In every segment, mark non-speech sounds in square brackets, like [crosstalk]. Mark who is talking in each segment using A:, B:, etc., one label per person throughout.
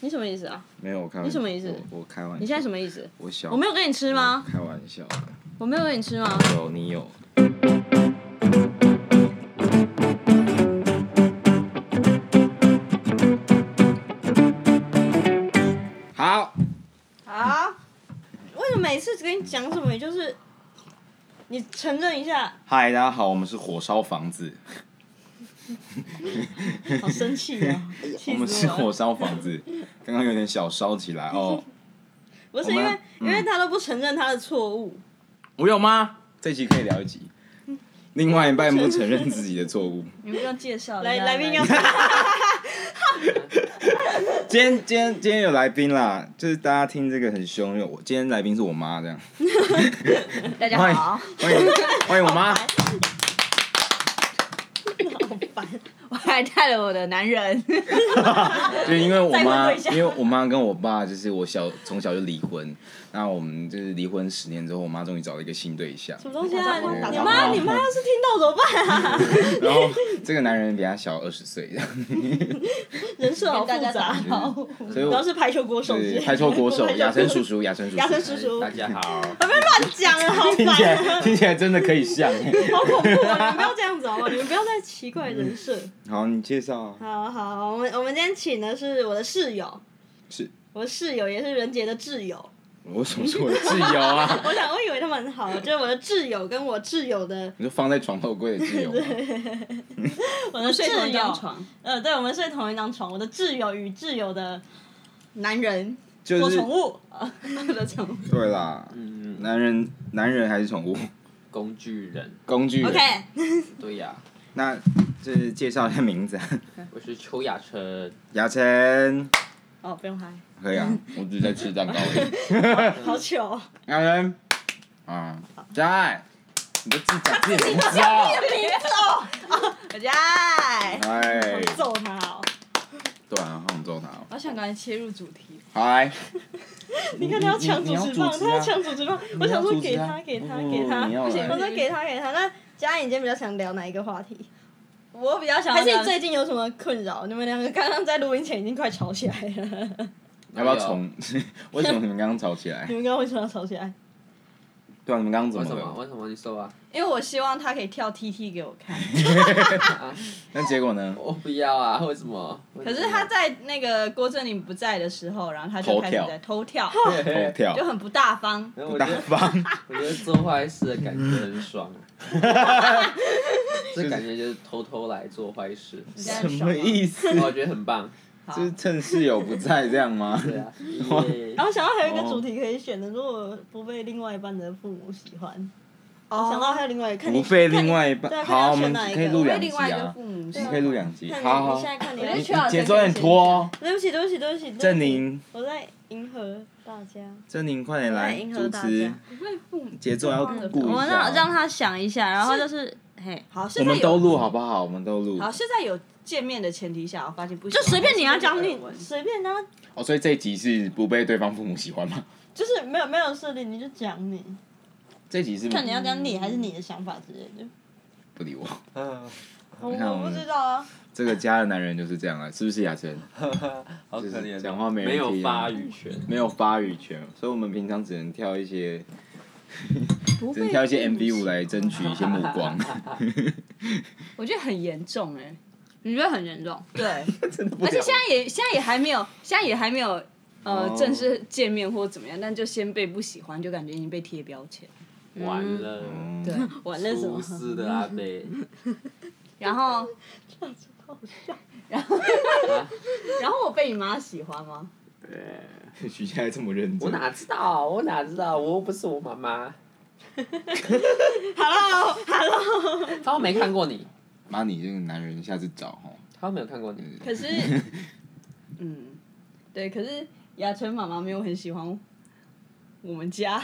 A: 你什么意思啊？
B: 没有，我开玩笑。
A: 你什么意思
B: 我我开玩笑。
A: 你现在什么意思？
B: 我小。
A: 我没有啊跟你吃吗？
B: 开玩笑的。
A: 我没有跟你吃吗？
B: 有，你有。好，
A: 啊？为什么每次跟你讲什么，你就是你承认一下，
B: 嗨，大家好，我们是火烧房子，
A: 好生气
B: [laughs]
A: 啊！
B: 我
A: 气
B: 们
A: 死
B: 是
A: 我
B: 火
A: 了！
B: 烧房子，刚刚有点小烧起来哦。
A: 不是
B: 我
A: 因
B: 们
A: 为，因为他都不承认他的错误，
B: 我有吗？这集可以聊一集。另外一半不承认自己的错误。
C: 你们要介绍一
A: 来
C: 下
A: 来宾要
B: 今天今天今天有来宾啦，就是大家听这个很凶，因为我今天来宾是我妈
A: [laughs]
B: 这样。
C: 大家
B: 欢迎
C: 好，
B: 欢迎欢迎我
A: [laughs]
B: 妈，
A: 好烦，
C: 我还带了我的男人，
A: [laughs]
B: 就是因为我妈，
A: 再问一下
B: 因为我妈跟我爸就是我小从小就离婚，那我们就是离婚十年之后，我妈终于找了一个新对象，
A: 什么东西啊？你
C: 打
A: 你
C: 招呼
A: 妈，你妈要是听到怎么办啊？
B: 然后这个男人比她小二十
A: [laughs]
B: 岁，这样
A: 人设好复
C: 跟大
A: 杂
C: 家打
A: 哦，
B: 所以
A: 主要
B: 我
A: 是排球国手之类
B: 对
A: 的，
B: 拍错
A: [laughs]
B: 国手，
A: 排球
B: 亚琛叔叔，亚琛叔叔，
A: 亚琛叔叔
B: 大家好，
A: 不要乱讲啊，好
B: 听起
A: 烦啊！
B: 来听起来真的可以像。
A: 好恐怖啊！你们不要这样子好吗？你们不要再奇怪人设。
B: 好，你介绍啊，
A: 好好，我们我们今天请的是我的室友，
B: 是
A: 我的室友也是任杰的挚友。
B: 我什么时候有挚友
A: [laughs]
B: 啊？
A: 我想我以为他们很好，就是我的挚友跟我挚友的，
B: 你就放在床头柜的挚
A: [laughs]
B: 友吗，
A: 我的
C: 睡同
A: 挚
C: 一张
A: 友，
C: 床，
A: 呃，对，我们睡同一张床。我的挚友与挚友的男人
B: 就
A: 或
B: 是
A: 宠物，
C: 我的床
B: 对啦，
D: 嗯，
B: 男人男人还是宠物
D: [laughs] 工具人，
B: 工具人
A: OK，
D: 对呀、
B: 那就是介绍一下名字啊， [laughs]
D: 我是邱雅晨，
B: 亚琛。
A: 哦，不用拍，[laughs]
B: 可以啊，我只是在吃蛋糕而已。
A: 好糗哦。
B: 亚人，啊，佳爱，你就自己讲自己的名字啊！
A: [laughs] 我家爱，
B: [laughs] 哎，
A: 揍他哦！
B: 对啊，好想揍他哦。
C: 我想赶紧切入主题，
B: 嗨，
A: [laughs] 你看他要抢
B: 你
A: 主
B: 你要
A: 持棒，
B: 主持
A: 他
B: 啊
A: 要抢主持棒，我想说给他，
B: 你
A: 给
B: 要主持
A: 他，
B: 啊
A: 给他，
B: 不你要
A: 不行，
B: 来
A: 我说给他，给他。那佳颖今天比较想聊哪一个话题？
C: [laughs] 我比较想
A: 还
C: 要
A: 是
C: 聊
A: 你最近有什么困扰？你们两个刚刚在录音前已经快吵起来
C: [laughs]
A: 了，
B: 要
D: 哎
B: 不要重？ [laughs] 为什么你们刚刚吵
A: [laughs]
B: 起来
A: 你？们刚刚为什么要吵起来？
B: 对啊，你们刚刚
D: 为
B: 怎
D: 什
B: 么
D: 么？
B: 了？
D: 为什么你说啊？
C: 因为我希望他可以跳 TT 给我
B: [laughs]
C: 看，
B: 那结果呢？
D: 我不要啊！为什么？
C: 可是他在那个郭正林不在的时候，然后他就开始在
A: [laughs]
B: [laughs]
C: 偷跳，
B: 投票
C: 就很不大方。
D: 然后
B: 不
D: 我
B: 大
D: 觉得，
B: 方，
D: 我觉得做坏事的感觉很爽、 [laughs] 啊，这感觉就是偷偷来做坏事，
C: 你在
B: 什
C: 爽吗
B: 么意思？
D: 然后我觉得很棒。
C: 好
B: 就是趁室友不在这样吗？
D: 对
B: [laughs]
D: 啊，耶 [laughs]
A: 然后想到还有一
B: 哦
A: 个主题可以选的，如果不被另外一半的父母喜欢，
C: 哦
A: 想到还有另外一个，看你
B: 不被另外一
A: 对啊看
B: 半，
A: 你要
B: 好，我
A: 选
B: 们
A: 哪一
B: 可以
A: 个
B: 录
C: 被
B: 两集
C: 另外一个
B: 啊，
C: 父母
B: 我们可以录两集。
A: 看你
B: 好
A: 你
B: 好
A: 现，在看你
C: 我
A: 的
B: 你
C: 觉得
B: 你
C: 去啊
B: 节奏有点拖哦。
A: 对不起，对不起，对不起，对不起
B: 郑，宁，
A: 我在迎合大家，
B: 郑宁，快点来
A: 我在迎合
B: 主
A: 大
B: 持
A: 家，
B: 节奏要
A: 嗯
B: 顾
C: 我
B: 一
C: 们
B: 下
C: 让让
B: 哦。
C: 他想一下，然后就是嘿，
A: 好，
B: 啊我
A: 现在
B: 们都
A: 有
B: 录好不好？我们都录。
C: 好，现在有见面的前提下，我发现不行，
A: 就随便你要讲
C: 还是
A: 你
C: 有耳闻
A: 随便他，
B: 哦，所以这一集是不被对方父母喜欢吗？ [laughs]
A: 就是没有没有设定，你就讲你，
B: 这一集是
A: 看你要讲你还是你的想法之类的，
B: 不理我。
C: 哦
D: 嗯，
A: 我
B: 你看我
A: 我不
B: 们
A: 知道啊，
B: 这个家的男人就是这样啊，是不是雅琛？
D: [laughs] 好可
B: 就
D: 怜
B: 是
D: 哦，
B: 讲话没人
D: 没有
B: 听啊
D: 发语权，
B: 没有发语权，所以我们平常只能跳一些，
C: 不
B: [laughs] 只
C: 被
B: 能跳一些 MV 舞来争取一些目光，
C: 我觉得很严重哎、你觉得很严重？对，而
B: 真的不了
C: 且现在也现在也还没有，现在也还没有呃、
B: 哦
C: 正式见面或怎么样，但就先被不喜欢，就感觉已经被贴标签。
D: 完了，
B: 嗯
C: [laughs] 对，完了什
D: 出
C: 么？
D: 事的
C: [laughs]
D: 阿贝，
C: 然后，
D: 啊
C: 然后我被你妈喜欢吗？
B: 徐佳这么认
D: 我
B: 真，
D: 哪知道？我哪知道？我又不是我
C: [laughs]
D: 妈妈，
A: ，Hello Hello，
D: 他们没看过你，
B: 妈，你这个男人下次找哦。
D: 他们没有看过你。
A: [laughs]
C: 可是，嗯，对，可是雅纯妈妈没有很喜欢我们家，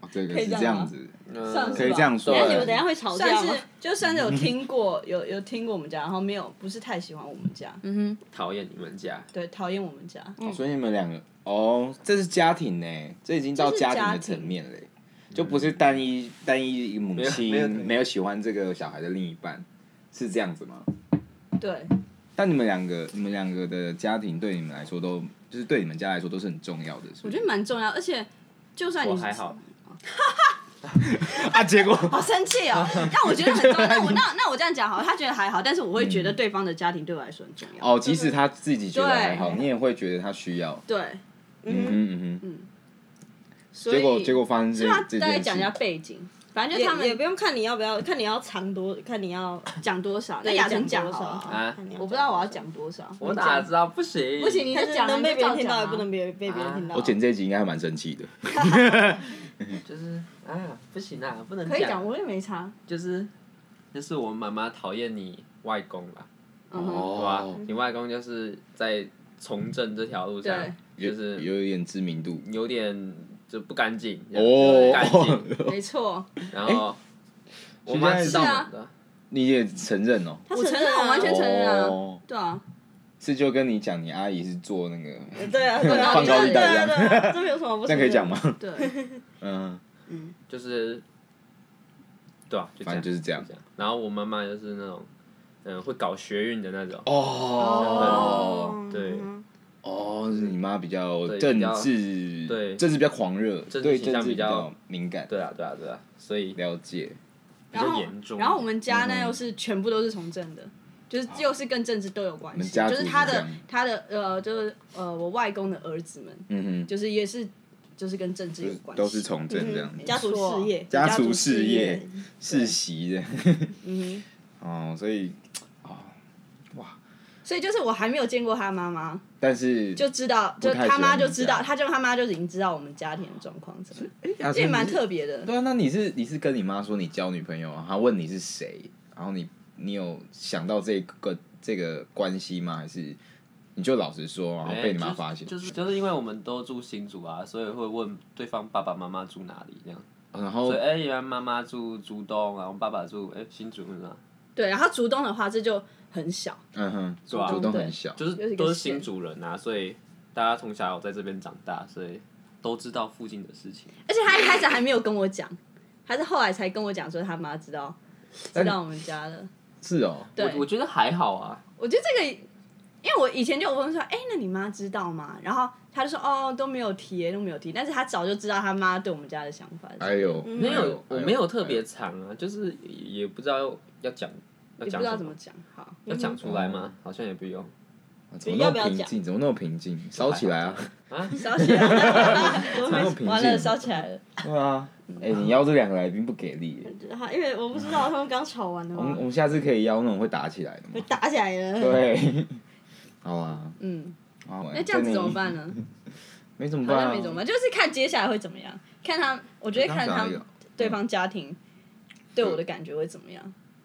B: 哦这个
C: 可
B: 是
C: 以这样
B: 这样子，
C: 算
D: 嗯，
C: 是
B: 可以这样说
A: 那
D: 对
A: 你们等一下会吵
C: 算
A: 架吗
C: 是？就算是有听过，有有听过我们家，然后没有不是太喜欢我们家，
A: 嗯哼，
D: 讨厌你们家，
C: 对，讨厌我们家。
B: 哦所以你们两个哦，这是家庭呢，这已经到家庭的层面嘞，就不是单一单一一母
D: 没有
B: 亲
D: 没有
B: 没有喜欢这个小孩的另一半，是这样子吗？
C: 对，
B: 但你们两个，你们两个的家庭对你们来说都，就是对你们家来说都是很重要的。是
C: 我
B: 不
C: 觉
B: 是
C: 得蛮重要，而且就算你
D: 我还好，
B: 啊，结果
C: 好生气
B: [laughs]
C: 哦，但我觉得很重要。那我那那我这样讲好了，他觉得还好，但是我会觉得对方的家庭对我来说很重要。
B: 哦，即使他自己觉得还好，
C: 对
B: 你也会觉得他需要。
C: 对，
B: 嗯哼嗯哼，
C: 所以
B: 结果结果发生这
C: 那
B: 这
C: 大概
B: 件
C: 讲一下
B: 事，
C: 背景，反正就
A: 也
C: 他
A: 也不
C: 们
A: 用看你要不要，看你要藏多，看你要
C: 讲多少，那
A: 对
C: 雅晨
A: 讲
C: 讲
A: 多
C: 好
A: 少
C: 了，
D: 啊
A: 看你
C: 我不知道我要讲多少，
D: 我哪知道不行
C: 不行，你
A: 但
C: 就是讲啊
A: 能被别人听到，也不。
C: 你
A: 能
C: 就照讲啊
A: 别被别人听到。
B: 我剪这一集应该还蛮生气的。
D: 就是啊不行啊不能
C: 可以讲，我也
B: [laughs]
C: 没差。
D: 就是就是我妈妈讨厌你外公啦，
C: 嗯哼，
B: 哦
D: 对吧？你外公就是在从政这条路上，
B: 有
D: 就是
B: 有一点知名度
D: 有点就不干净
B: 哦 [laughs]
D: 不干净，。
C: 没错，
D: 然后我妈知道
C: 是啊
D: 的，
B: 你也承认哦，
A: 他
C: 我承认，
A: 啊
C: 我完全承认啊
B: 哦。
C: 对啊，
B: 是就跟你讲，你阿姨是做那个，
A: 对啊，对啊，
B: 放高利
A: 对
B: 贷一
A: 啊，
B: 样
A: 对啊，这没有什么不
B: 这
A: 承认。
B: 样可以讲吗？
C: 对，
B: 嗯，
D: 就是对啊，就这
B: 反正
D: 样
B: 就是这样
D: 就。然后我妈妈就是那种嗯会搞学运的那种，
B: 哦
D: 对
A: 嗯
B: 哦，是你妈比较
D: 对
B: 政
D: 比较
B: 治，
D: 对
B: 政治比较狂热，
D: 政治
B: 对
D: 倾向
B: 政治
D: 比较
B: 敏感，
D: 对啊
C: 嗯
D: 对啊对啊，所以
B: 了解。
D: 比
C: 然
D: 较
C: 后
D: 严重。
C: 然后我们家呢
B: 嗯
C: 又是全部都是从政的，就是又是跟政治都有关
B: 你
C: 系，
B: 们家
C: 就
B: 族
C: 是他
B: 是这
C: 的
B: 样
C: 他的呃就是呃我外公的儿子们，
B: 嗯哼，
C: 就是也是就是跟政治有
B: 就
C: 关系，
B: 都是从政这样
A: 嗯
B: 子，
A: 家族事业，
B: 家族
A: 族
B: 事业
A: 业，
B: 世袭的。
C: 嗯哼，
B: 哦，所以，
C: 所以就是我还没有见过他妈妈，
B: 但是
C: 就知道就
B: 不太喜欢
C: 他妈就知
B: 你
C: 道，
B: 家
C: 他就他妈就已经知道我们家庭的状况怎么样，
B: 这
C: 这也蛮特别的。
B: 对啊，那你是你是跟你妈说你交女朋友啊？她问你是谁，然后你你有想到这个这个关系吗？还是你就老实说，然后
D: 哎
B: 被你妈
D: 就是
B: 发现，
D: 就是就是因为我们都住新竹啊，所以会问对方爸爸妈妈住哪里这样。
B: 然后
D: 所以哎，原来妈妈住竹东，然后爸爸住哎新竹是吧？
B: 啊
C: 对，然后竹东的话这就很小，
B: 嗯哼，
D: 吧
B: 主动很小，
D: 啊就
C: 又是一
D: 是
C: 个
D: 都是
C: 县
D: 新竹人啊，所以大家从小在这边长大，所以都知道附近的事情。
C: 而且他一开始还没有跟我讲，他是后来才跟我讲说他妈知道知道我们家的。
B: 是哦，
D: [laughs]
C: 对
D: 我我觉得还好啊，
C: 我觉得这个，因为我以前就有问说，哎、那你妈知道吗？然后他就说，哦，都没有提耶，都没有提。但是他早就知道他妈对我们家的想法是什么。
B: 哎呦，
C: 嗯
D: 没
B: 没
D: 有我没有特别长啊，就是也也不知道要讲
C: 也
D: 要
C: 不
D: 讲
C: 知道
D: 什
C: 怎么讲，好，
D: 要讲出来吗？好像也不用
B: 怎么那
A: 不要
B: 么
A: 讲
B: 平静？怎么那么平静？
C: [laughs]
B: 烧起来啊！
D: 啊。
C: 烧起来，
B: 怎么那么平静？
C: 完了，烧嗯起来了。
B: 对啊，哎，你邀这两个来宾不给力，
A: 他因为我不知道他们刚吵完的
B: 我们我
A: 嘛，
B: 们下次可以邀那种会打起来的吗？
A: 打起来了。
B: 对，好啊，
C: 嗯，
B: 好啊
C: 那这样子怎么办？呢？
B: 没怎么
C: 好
B: 办嗯
C: 像
B: 啊，
C: 没怎么办，就是看接下来会怎么样，看他，我觉得看
B: 刚
C: 他
B: 刚讲了一个
C: 对方家庭对我的感觉会怎么样。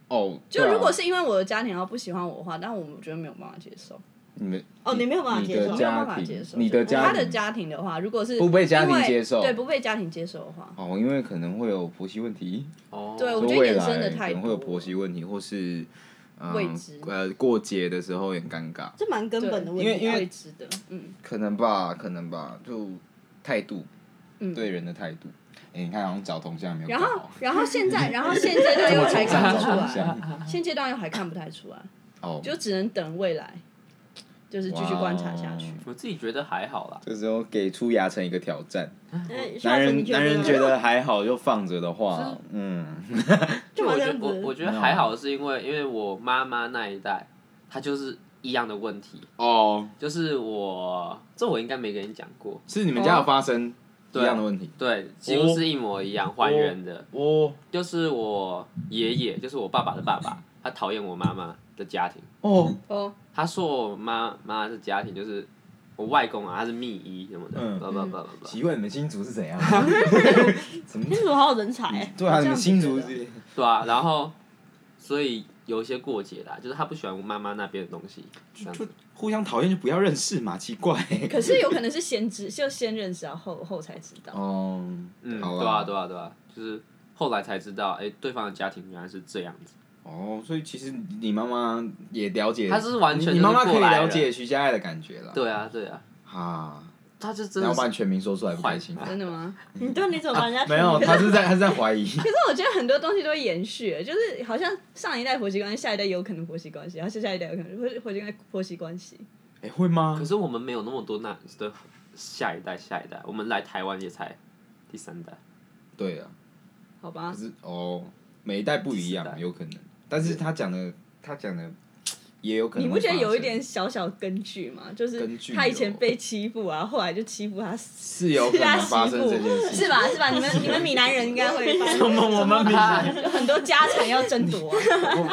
B: 哦，
C: 就
B: 对啊
C: 如果是因为我的家庭然后不喜欢我的话，但我觉得没有办法接受。
B: 你们
A: 哦你没有办法接受
B: 你的
C: 没有
B: 家
C: 办法
B: 庭，
C: 接受
B: 你的
C: 就他
B: 家
C: 的
B: 庭
C: 家庭的话，如果是
B: 不被家庭
C: 因为
B: 接受
C: 对不被家庭接受的话，
B: 哦，因为可能会有婆媳问题，
D: 哦，
C: 对我
B: 说
C: 觉得
B: 未
C: 衍
B: 来
C: 生的
B: 可
C: 太
B: 能会有
C: 多
B: 婆媳问题，或是嗯
C: 未知
B: 呃过节的时候也很尴尬，
A: 这蛮根本的问
B: 因为
A: 题
B: 因
A: 啊。
B: 为
C: 未知的，嗯，
B: 可能吧，可能吧，就态度
C: 嗯
B: 对人的态度。哎，你看好像找同乡没有
C: 然
B: 搞
C: 后
B: [laughs] 好，
C: 然后现在，然后现阶段又还
B: 找
C: 看不出
B: 同 [laughs]
C: 来，
B: 乡
C: 现阶段又还看不太出来，
B: 哦，
C: 就只能等未来，就是继续观察下去
B: 哇。
D: 我自己觉得还好啦。
B: 这时候给出牙成一个挑战，
A: 哎
B: 男人男人觉
A: 得
B: 得还好就放着的话，嗯，
A: 就
D: 我
A: 蛮这
D: 觉
A: 样
D: 得我我
A: 子，
D: 觉得还好，是因为因为我妈妈那一代，她就是一样的问题，
B: 哦，
D: 就是我这我应该没跟你讲过，
B: 是你们家有发生一样的问题
D: 对，几乎是一模一样还原的，
B: 哦
D: 就是我爷爷，就是我爸爸的爸爸，他讨厌我妈妈的家庭，
B: 哦，
C: 哦，
D: 他说我妈妈的家庭就是我外公啊，他是密医什么的，
B: 嗯
D: 不不不不不，
B: 奇怪，你们新竹是怎 [laughs] 样？
A: 你怎么好有人才？
B: 对啊，你们新竹
C: 这
B: 是
D: 对啊，然后所以有一些过节啦，就是他不喜欢我妈妈那边的东西，这样子
B: 就互相讨厌就不要认识嘛，奇怪。
C: 可是有可能是先知，就先认识，然后后后才知道。
B: 哦，
D: 嗯，
B: 好
D: 对啊，对啊，对啊，就是后来才知道，哎、对方的家庭原来是这样子。
B: 哦，所以其实你妈妈也了解，
D: 她是完全
B: 你你妈妈
D: 就是
B: 可以
D: 过来
B: 了
D: 人
B: 解徐佳爱的感觉了。
D: 对啊，对啊，
B: 啊，
D: 他就真
B: 然
D: 的
B: 后把
D: 是
B: 你全名说出来不开心。
C: 真的吗？
A: 你对你怎么把人家
B: 没有，他是在他是在怀疑。
C: 可是我觉得很多东西都会延续，欸就是好像上一代婆媳关系，下一代有可能婆媳关系，然后下下一代有可能婆婆媳关婆媳关系。
B: 哎、会吗
D: 可？是我们没有那么多那的下一代下一代，我们来台湾也才第三代，
B: 对啊，
C: 好吧
B: 可，是哦，每一代不一
D: 第四
B: 样，
D: 代
B: 有可能。但是他讲的，他讲的也有可能。
C: 你不觉得有一点小小根据吗？就是
B: 根据
C: 他以前
B: 有
C: 被欺负啊，后来就欺负他死，
B: 是有可能发生这件事？
C: 是吧？是吧？你们你们闽南人应该会发现
B: 我们我们闽南，
C: 有很多家产要争夺、啊、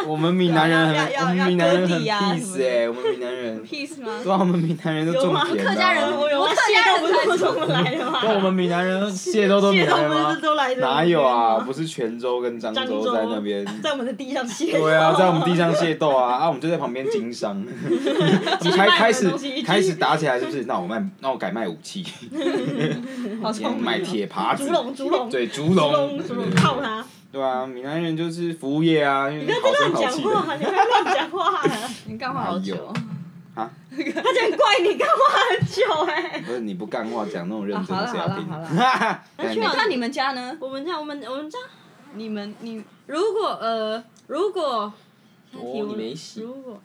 B: 我我们闽南人
C: 要要
B: 很，我们
C: 要
B: 闽南人
C: 割
B: 很
C: 地啊什么
B: peace
C: 的
B: 哎、我们闽南人，
C: ，peace 吗？
B: 对啊，我们闽南人都种
C: 有吗
B: 田、啊。
A: 客家人，我有啊
C: 客家人
A: 蟹肉不是从来的吗？
B: 对，我们闽南人蟹都都闽
A: 蟹肉
B: 南人
A: 不是
B: 吗？
A: 都来的？
B: 哪有啊？？不是泉州跟漳
A: 漳
B: 州
A: 州
B: 在那边。
A: 在我们的地上蟹肉。
B: [laughs] 对啊，在我们地上械斗啊，啊，我们就在旁边
A: [laughs]
B: 经商。我们开
A: 卖
B: 开
A: 我的
B: 始
A: 东西
B: 开始打起来，是不是？那我卖，那我改卖武
A: [laughs]
B: 器，
C: 好聪明、
B: 卖铁耙子
A: 竹，啊笼，竹笼，
B: 对，竹
A: 竹
B: 笼，
A: 笼，
B: 对
A: 竹
B: 对
A: 笼，
B: 对
A: 靠他！
B: 对啊，闽南人就是服务业啊，因
A: 你
B: 为
A: 不要
B: 好
A: 再
B: 声好
A: 乱
B: 气
A: 讲话，你
B: 的。
A: 不要乱讲话。
C: 你干话好
B: 哪
C: 久哦
B: 有啊？
A: 他讲怪你干话很久哎。
B: 不是你不干话，讲那种认真
C: 啊
B: 的
C: 好
B: 谁
C: 了
B: 要听
C: 好了？
B: [laughs] 那
A: 去
B: 你
A: 哪
C: 那你们家呢？
A: 我们家，我们我们家，
C: 你们你如果呃如果
D: 哦，你没洗，
A: 如果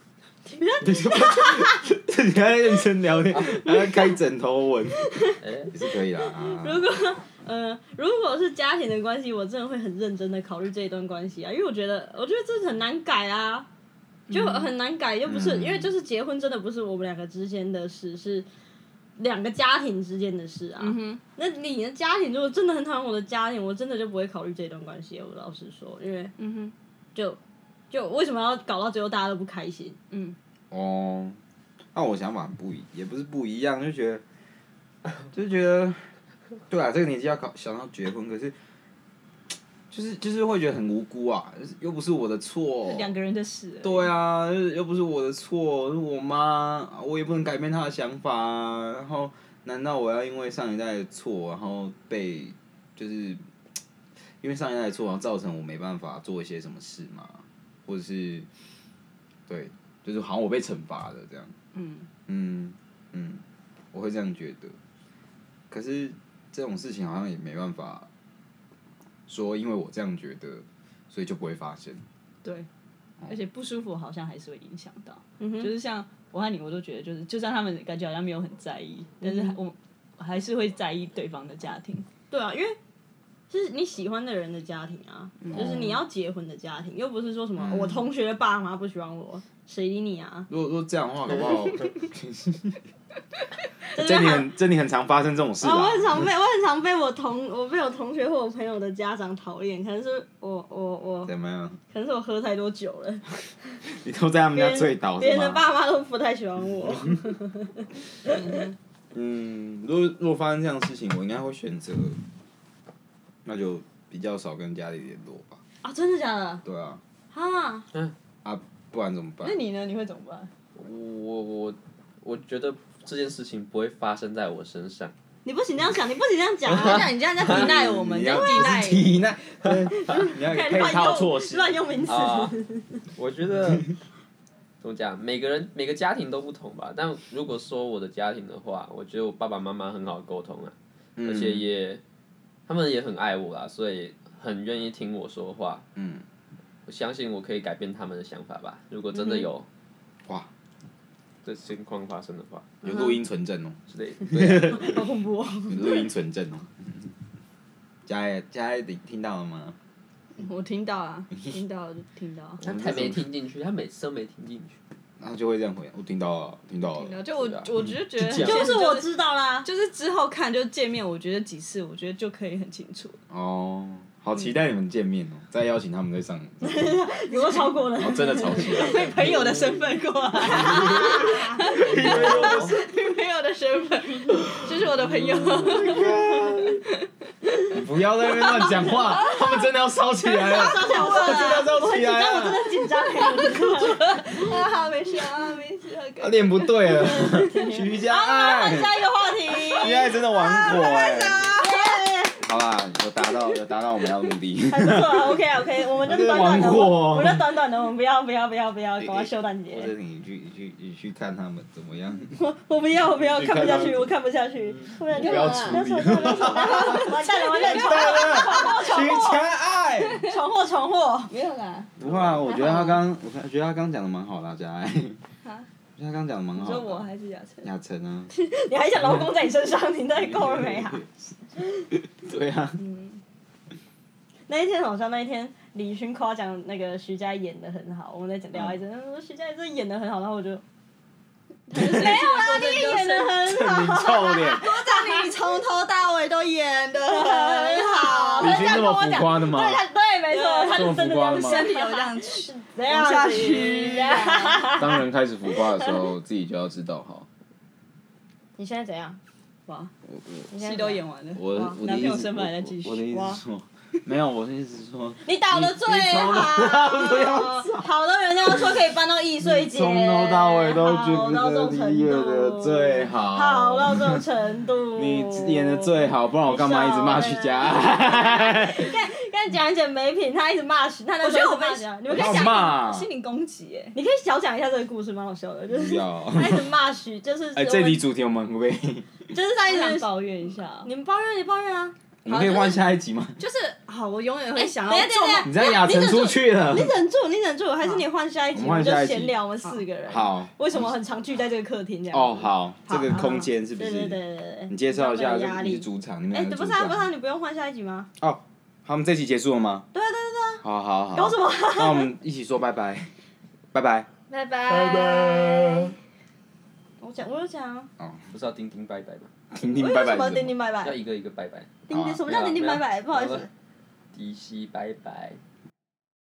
B: 你还认真聊
A: [laughs]
B: 天，然后开枕头吻
D: 哎、
B: 也是可以的啊。
A: 如果呃，如果是家庭的关系，我真的会很认真的考虑这一段关系啊，因为我觉得，我觉得这很难改啊，就很难改，又不是、
B: 嗯
A: 因为就是结婚真的不是我们两个之间的事，是两个家庭之间的事啊。
C: 哼
A: 那你的家庭如果真的很讨厌我的家庭，我真的就不会考虑这段关系。我老实说，因为
C: 嗯哼
A: 就就为什么要搞到最后大家都不开心？
C: 嗯，
B: 哦，那我想法不一，也不是不一样，就觉得，就觉得，对啊，这个年纪要考想到结婚，可是，就是就是会觉得很无辜啊，就是又不是我的错，
C: 两个人的事。
B: 哦对啊，就是又不是我的错，是我妈，我也不能改变她的想法啊。然后，难道我要因为上一代的错，然后被就是因为上一代的错，然后造成我没办法做一些什么事吗？或者是对，就是好像我被惩罚了这样。
C: 嗯，
B: 嗯嗯，我会这样觉得。可是这种事情好像也没办法说，因为我这样觉得，所以就不会发生。
C: 对，而且不舒服好像还是会影响到，
A: 嗯哼，
C: 就是像我和你，我都觉得就是，就算他们感觉好像没有很在意，但是还我我还是会在意对方的家庭。
A: 对啊，因为是你喜欢的人的家庭啊，
C: 嗯
A: 就是你要结婚的家庭，又不是说什么、我同学爸妈不喜欢我，谁理你啊？
B: 如果说这样的话，搞不好 [laughs]
A: 真
B: 这
A: 的
B: 里
A: 很。
B: 很这里很常发生这种事
A: 啊、
B: 啊
A: 我。很常被我很常被我同我被我同学或我朋友的家长讨厌，可能是我我我，
B: 怎么样？
A: 可能是我喝太多酒了，
B: 你都在他们家醉倒
A: 别
B: 是
A: 人的
B: 吗？
A: 爸妈都不太喜欢
C: [laughs]
A: 我。
B: 嗯，如果如果发生这样的事情，我应该会选择，那就比较少跟家里联络吧。
A: 啊，真的假的？
B: 对啊，
A: 哈，
B: 不然怎么办
C: 那？你呢？你会怎么办？
D: 我我我觉得这件事情不会发生在我身上，
A: 你不行这样想，你不行这样讲
B: [laughs]
C: 这
A: 啊！
C: 样你这样在抵赖我们，
B: 你
C: 在
B: 要
C: 抵赖。
B: 抵赖，对 [laughs] 你要有
A: 开始
B: 配
A: 乱
B: 套
A: 用
B: 措施。
A: 乱用名词。
D: 啊，我觉 [laughs] 得怎么讲，每个人每个家庭都不同吧。但如果说我的家庭的话，我觉得我爸爸妈妈很好沟通啊，
B: 嗯
D: 而且也他们也很爱我啦，所以很愿意听我说话。
B: 嗯，
D: 我相信我可以改变他们的想法吧。如果真的有
B: 哇，
D: 这情况发生的话
B: 有录音存证哦，
D: 之类的，
C: [laughs]
A: 好恐怖、哦！
B: 有录音存证哦。佳佳，佳你听到了吗？
C: 我听到啊，听到就听
B: 哦
C: 到。
D: [laughs] 他还没听进去，他每次都没听进去。
B: 然后就会这样回，我听到了，听到
C: 听到
B: 了。
C: 就我，
D: 对啊
C: 我只是觉得
B: 就这样
A: 就
C: 就是
A: 我知道啦，
C: [laughs] 就是之后看就见面，我觉得几次，我觉得就可以很清楚。
B: 哦，好期待你们见面哦，再邀请他们再上。
A: 有没有超
B: [laughs]
A: 过呢？
B: 然后真的吵起来。
C: [laughs] 以朋友的身份过来， [laughs] 朋友的身份，嗯这是我的朋友。 [laughs]
B: 你不要在那边乱讲话，他们真的要烧起来了，
A: 烧起来我
B: 真的要烧起来
A: 我真
B: 了，
A: 的紧张哎！
C: 啊，好，没事啊，没事，好
B: 他脸不对了。徐佳爱，
A: 下一个话题， [laughs]
B: 徐佳爱真的玩火哎，欸好啦，有达到有达到我们要的目的。
A: 还不错啊，OK 啊
C: [laughs]
A: OK，我们就是短短的，
B: 我在玩火
A: 我们就短短的，我们不要不
B: [laughs]
A: 要不要不要，赶快秀蛋
B: 或者
A: 姐，
B: 你去你去你去看他们怎么样？
A: 我不要我不要，
B: 你
A: 看不下
B: 看
A: 去，
B: 到
A: 我看不下去，不
B: 不要处
A: 不要
B: 理
A: 吵，不要吵， [laughs] 完蛋了完蛋了， [laughs] 哦
B: 寻求爱。
A: 闯祸闯祸，
C: 没有啦，
B: 不会啊，我觉得他刚，我看觉得他刚讲的蛮好的、啊，佳爱。我觉得他刚讲的蛮好的。
A: 说我还是雅晨，
B: 亚晨啊。
A: 你还想老公在你身上，你到底够了没
B: 嗯
A: 啊？？
B: [laughs] 对啊，
A: 那一天好像那一天李勋夸奖那个徐佳演的很好，我们在讲聊一阵，他
B: 嗯
A: 说徐佳真的演的很好，然后我
B: [laughs]
A: 就
C: 没有
B: 啊
C: 啦，你也
A: 演
C: 演
A: 的
C: 的很，
A: 很好，
B: 你臭脸，
A: [laughs]
C: 你从头到尾都演的很好，
B: 李军那么浮夸的吗？
A: 对他对没错，他
B: 这
A: 就
B: 么
A: 真
B: 浮
A: 的
B: 夸的
A: 是
B: 吗？
C: 身体有这样去
A: 这样子
C: 下去啊。
E: 当人开始腐化的时候，自己就要知道哈。
A: 你现在怎样？哇，
B: 我我
A: 你现在
C: 戏
A: 怎样
C: 都演完了，
B: 我
A: 哇
B: 我的
C: 男
B: 意
C: 朋友
B: 思是，
C: 身份还在继续
B: 我我的意思是说，没有，我的意思是说，
A: 你倒了最好，好多人家都说可以搬到易碎节，
B: 从头到尾都觉
A: 好到这
B: 得
A: 种
B: 你
A: 程
B: 演
A: 度
B: 的最好，
A: 好到这种程度，
B: 你演的最。好，不然我干嘛一直骂徐佳爱？
A: 但讲一讲没品，他一直骂徐，他那时候
C: 我觉得我
A: 一直骂徐啊你们
B: [laughs]
C: 被
A: 可以
B: 好
A: 讲，
B: 骂，
C: 心灵攻击哎，
A: 你可以小讲一下这个故事，蛮好笑的，就
B: 不
A: 是
B: 要。
A: 他一直骂徐，就是
B: 哎，这题主题我们会不会？
A: 就是他一
C: 非常
A: 直
C: 抱怨一下。
A: 你们抱怨，你抱怨啊！
B: 我们可以换下一集吗？
C: 就是好，我永远会想要
A: 哎等一下等一下
C: 做
B: 你这样雅晨出去了
A: 你。忍住，你忍住，还是你换下一集，
B: 我
A: 我们
B: 们换
A: 就
B: 下一集
A: 闲聊我们四个人。
B: 好。
A: 为什么很常聚在这个客厅这样？
B: 哦，，好，这个空间是不
A: 对对对
B: 是？
A: 对对
B: 你
A: 对。
B: 介绍一
A: 他
B: 下，
A: 们有压
B: 这
A: 力
B: 你是主场，你们
A: 哎，
B: 两个
A: 不
B: 主
A: 是啊，不是啊，
B: 场。
A: 你不用换下一集吗？
B: 哦，好，我们这期结束了吗？
A: 对啊对啊对啊
B: 好好好。
A: 搞什么？
B: 那我们一起说拜拜，拜拜。
A: 拜拜。拜拜。我讲，我有讲啊。
D: 不是要叮叮拜拜吗？
B: 婷婷
A: 我
B: 拜
A: 有什
B: 拜是什么
A: 么叮叮拜
D: 要
A: 拜？
D: 一个一个拜拜。
A: 叮
B: 好啊
D: [laughs]
A: 叮什么叫叮叮拜拜？不好意
D: 没有
A: 思
D: 啊。迪西拜拜，